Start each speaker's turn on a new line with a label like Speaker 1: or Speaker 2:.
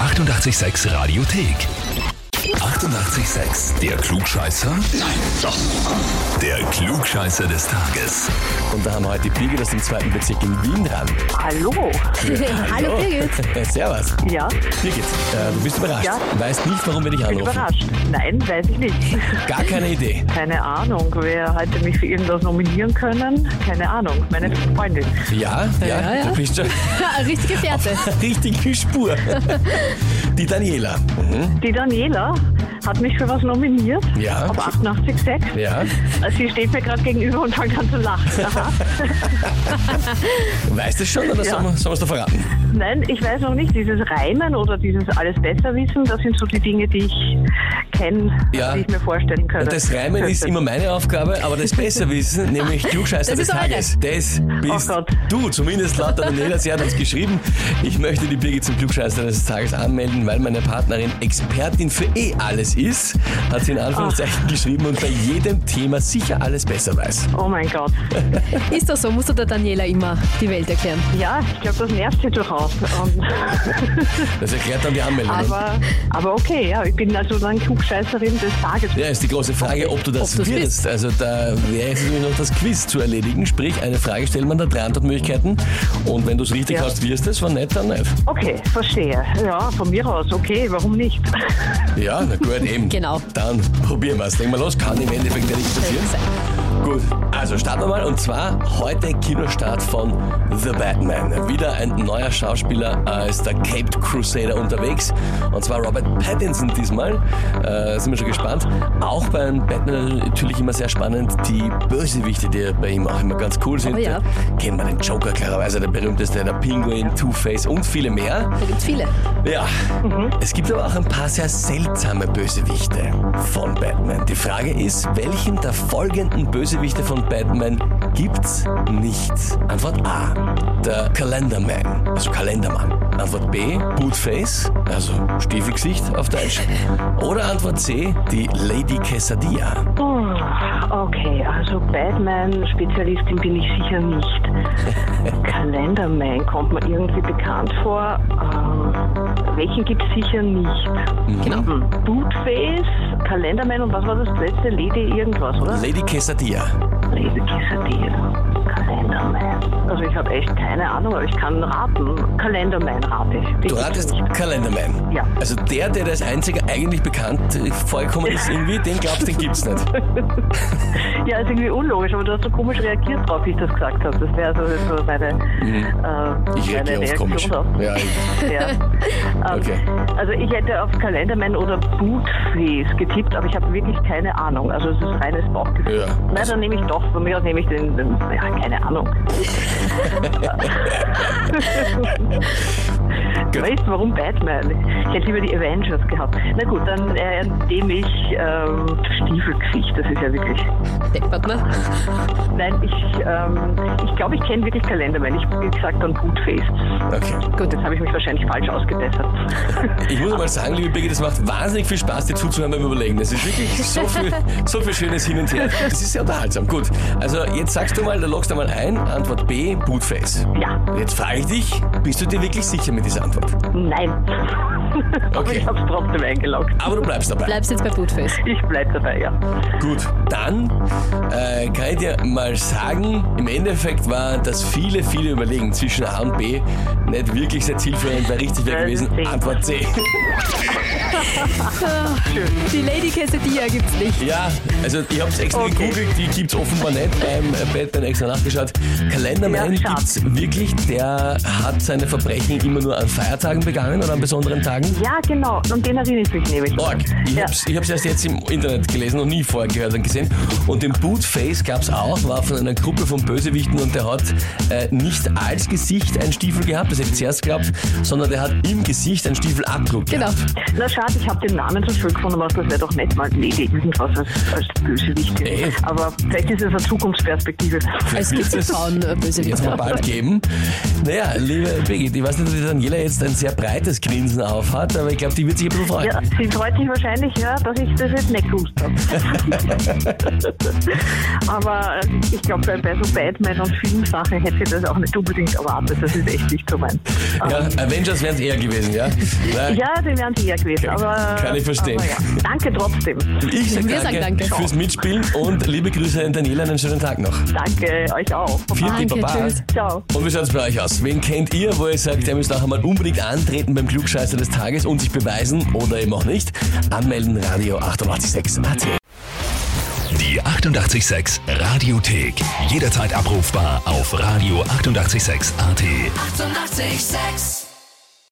Speaker 1: 886 Radiothek. 88,6. Der Klugscheißer? Nein, doch. Der Klugscheißer des Tages.
Speaker 2: Und da haben wir heute die Birgit aus dem zweiten Bezirk in Wien dran.
Speaker 3: Hallo.
Speaker 4: Hallo Birgit.
Speaker 2: Servus.
Speaker 3: Ja,
Speaker 2: Birgit, äh, du bist überrascht.
Speaker 3: Ja.
Speaker 2: Weißt nicht, warum wir dich
Speaker 3: bin
Speaker 2: anrufen.
Speaker 3: überrascht. Nein, weiß ich nicht.
Speaker 2: Gar keine Idee.
Speaker 3: Keine Ahnung. Wer hätte mich für irgendwas nominieren können? Keine Ahnung. Meine Freundin.
Speaker 2: Ja, ja,
Speaker 4: Ja, ja.
Speaker 2: du bist schon
Speaker 4: Richtige Fährte.
Speaker 2: richtig viel Spur. Die Daniela.
Speaker 3: Die Daniela hat mich für was nominiert.
Speaker 2: Ja.
Speaker 3: Auf 88,6.
Speaker 2: Ja.
Speaker 3: Also Sie steht mir gerade gegenüber und fängt an zu lachen. Aha.
Speaker 2: Weißt du schon oder
Speaker 3: Ja.
Speaker 2: sollen wir es dir verraten?
Speaker 3: Nein, ich weiß noch nicht. Dieses Reimen oder dieses alles besser wissen, das sind so die Dinge, die ich kenne,
Speaker 2: Ja.
Speaker 3: die ich mir vorstellen könnte.
Speaker 2: Das Reimen ist immer meine Aufgabe, aber das Besserwissen, nämlich Klugscheißer
Speaker 4: Das
Speaker 2: des
Speaker 4: ist Oh eure.
Speaker 2: Tages, das bist
Speaker 3: Gott.
Speaker 2: du. Zumindest laut der Daniela, sie hat uns geschrieben, ich möchte die Birgit zum Klugscheißer des Tages anmelden, weil meine Partnerin Expertin für eh alles ist, hat sie in Anführungszeichen geschrieben und bei jedem Thema sicher alles besser weiß.
Speaker 3: Oh mein Gott.
Speaker 4: Ist das so? Musst du der Daniela immer die Welt erklären?
Speaker 3: Ja, ich glaube, das nervt sie durchaus. Und
Speaker 2: Das erklärt dann die Anmeldung.
Speaker 3: Aber, aber okay, ja, ich bin also dann Klugscheißerin des Tages.
Speaker 2: Ja, ist die große Frage, ob du das
Speaker 4: Ob du's
Speaker 2: wirst. Also da wäre jetzt nämlich noch das Quiz zu erledigen. Sprich, eine Frage stellt man, da drei Antwortmöglichkeiten. Und wenn du es richtig
Speaker 3: Ja.
Speaker 2: hast, wirst es. Wenn nicht, dann nicht.
Speaker 3: Okay, verstehe. Ja, von mir aus, okay, warum nicht?
Speaker 2: Ja, na gut, eben.
Speaker 4: Genau.
Speaker 2: Dann probieren wir es. Legen wir los. Kann im Endeffekt ja nichts passieren. Gut, also starten wir mal. Und zwar heute Kinostart von The Batman. Wieder ein neuer Schauspieler äh, ist der Caped Crusader unterwegs. Und zwar Robert Pattinson diesmal. Äh, sind wir schon gespannt. Auch beim Batman natürlich immer sehr spannend. Die Bösewichte, die bei ihm auch immer ganz cool sind.
Speaker 4: Oh ja.
Speaker 2: Kennen wir den Joker klarerweise, der berühmteste, der Pinguin, Two-Face und viele mehr.
Speaker 4: Da gibt's viele.
Speaker 2: Ja, es gibt aber auch ein paar sehr seltsame Bösewichte von Batman. Die Frage ist, welchen der folgenden Bösewichte von Batman gibt's nicht? Antwort A, der Kalenderman, also Kalendermann. Antwort B, Bootface, also Stiefelgesicht auf Deutsch. Oder Antwort C, die Lady Quesadilla.
Speaker 3: Puh, Okay, also Batman-Spezialistin bin ich sicher nicht. Kalenderman kommt mir irgendwie bekannt vor. Ähm, welchen gibt es sicher nicht?
Speaker 2: Mhm.
Speaker 4: Genau.
Speaker 3: Hm, Bootface, Kalenderman und was war das letzte? Lady irgendwas, oder?
Speaker 2: Lady Quesadilla.
Speaker 3: Liebe Kissadil, Kalenderman. Also ich habe echt keine Ahnung, aber ich kann raten. Kalenderman rate ich.
Speaker 2: Du
Speaker 3: Ich-
Speaker 2: ratest Kalenderman.
Speaker 3: Ja.
Speaker 2: Also der, der das einzige eigentlich bekannt äh, vorgekommen ist irgendwie, den glaubst, den gibt's nicht.
Speaker 3: Ja, ist irgendwie unlogisch, aber du hast so komisch reagiert drauf, wie ich das gesagt habe. Das wäre also jetzt so meine, äh,
Speaker 2: Mhm. Ich
Speaker 3: meine
Speaker 2: reagiere oft komisch.
Speaker 3: drauf.
Speaker 2: Ja, ich,
Speaker 3: Ja. Ähm,
Speaker 2: Okay.
Speaker 3: Also ich hätte auf Kalenderman oder Bootface getippt, aber ich habe wirklich keine Ahnung. Also es ist reines Bauchgefühl.
Speaker 2: Ja.
Speaker 3: Nein, dann nehme ich doch. Von mir aus nehme ich den, den ja, keine Ahnung.
Speaker 2: Gut.
Speaker 3: Weißt du, warum Batman? Ich hätte lieber die Avengers gehabt. Na gut, dann äh, nehme ich ähm, Stiefelgesicht. Das ist ja wirklich...
Speaker 4: Deppert, ne?
Speaker 3: Nein, ich ähm, ich, glaube, ich kenne wirklich Kalenderman. Ich wie gesagt dann Bootface.
Speaker 2: Okay.
Speaker 3: Gut, jetzt habe ich mich wahrscheinlich falsch ausgebessert.
Speaker 2: Ich muss mal sagen, liebe Birgit, es macht wahnsinnig viel Spaß, dir zuzuhören beim Überlegen. Es ist wirklich so viel, so viel Schönes hin und her. Das ist sehr unterhaltsam. Gut, also jetzt sagst du mal, da loggst du mal ein, Antwort B, Bootface.
Speaker 3: ja,
Speaker 2: Jetzt frage ich dich, bist du dir wirklich sicher mit dieser Antwort?
Speaker 3: nein. Aber
Speaker 2: Okay.
Speaker 3: ich habe es trotzdem eingeloggt.
Speaker 2: Aber du bleibst dabei.
Speaker 4: Bleibst jetzt bei Bootface.
Speaker 3: Ich bleib dabei, ja.
Speaker 2: Gut, dann äh, kann ich dir mal sagen, im Endeffekt war das viele, viele Überlegen zwischen A und B nicht wirklich sehr zielführend, weil richtig wäre
Speaker 3: Das ist
Speaker 2: gewesen
Speaker 3: Äh, C.
Speaker 2: Antwort C.
Speaker 4: Die Lady Quesadilla gibt's nicht.
Speaker 2: Ja, also ich habe es extra
Speaker 3: Okay.
Speaker 2: gegoogelt, die gibt's offenbar nicht beim äh, Batman extra nachgeschaut. Kalenderman
Speaker 3: Ja, schade.
Speaker 2: gibt's wirklich, der hat seine Verbrechen immer nur an Feiertagen begangen oder an besonderen Tagen.
Speaker 3: Ja, genau. Und den erinnere ich mich nämlich.
Speaker 2: Org. Ich
Speaker 3: Ja.
Speaker 2: hab's, ich hab's erst jetzt im Internet gelesen und nie vorher gehört und gesehen. Und den Bootface gab's auch, war von einer Gruppe von Bösewichten und der hat äh, nicht als Gesicht einen Stiefel gehabt, das hätte ich zuerst gehabt, sondern der hat im Gesicht einen Stiefelabdruck
Speaker 4: Genau.
Speaker 2: gehabt.
Speaker 3: Na schade, ich habe den Namen so schön gefunden, aber das wäre doch nicht mal Lady irgendwas als, als Bösewicht.
Speaker 2: Ey.
Speaker 3: Aber vielleicht ist es eine Zukunftsperspektive.
Speaker 4: Es gibt
Speaker 2: Jetzt-
Speaker 4: so Frauen äh,
Speaker 2: jetzt mal
Speaker 4: Bösewichter.
Speaker 2: bald geben. Naja, liebe Birgit, ich weiß nicht, ob die Daniela jetzt ein sehr breites Grinsen aufhat, aber ich glaube, die wird sich ein bisschen freuen.
Speaker 3: Ja, sie freut sich wahrscheinlich, ja, dass ich das jetzt nicht gewusst habe. Aber äh, ich glaube, bei, bei so Batman und Filmsachen hätte ich das auch nicht unbedingt erwartet. Das ist echt nicht so mein. Ähm,
Speaker 2: Ja, Avengers wären es eher gewesen, ja? Nein,
Speaker 3: ja, die wären sie eher gewesen.
Speaker 2: Kann-
Speaker 3: Aber,
Speaker 2: kann ich verstehen.
Speaker 3: Aber ja. Danke trotzdem.
Speaker 2: Ich sag danke,
Speaker 4: Wir sagen danke.
Speaker 2: fürs Mitspielen und liebe Grüße an Daniela, einen schönen Tag noch.
Speaker 3: Danke euch auch.
Speaker 2: Vielen
Speaker 4: Danke,
Speaker 2: Baba.
Speaker 4: tschüss.
Speaker 3: Ciao.
Speaker 2: Und wie schaut's bei euch aus? Wen kennt ihr, wo ihr sagt, der müsst auch einmal unbedingt antreten beim Klugscheißer des Tages und sich beweisen oder eben auch nicht? Anmelden, Radio 886 AT.
Speaker 1: Die 886 Radiothek. Jederzeit abrufbar auf radio886.at. 886! 886.
Speaker 5: Eighty-eight, sex.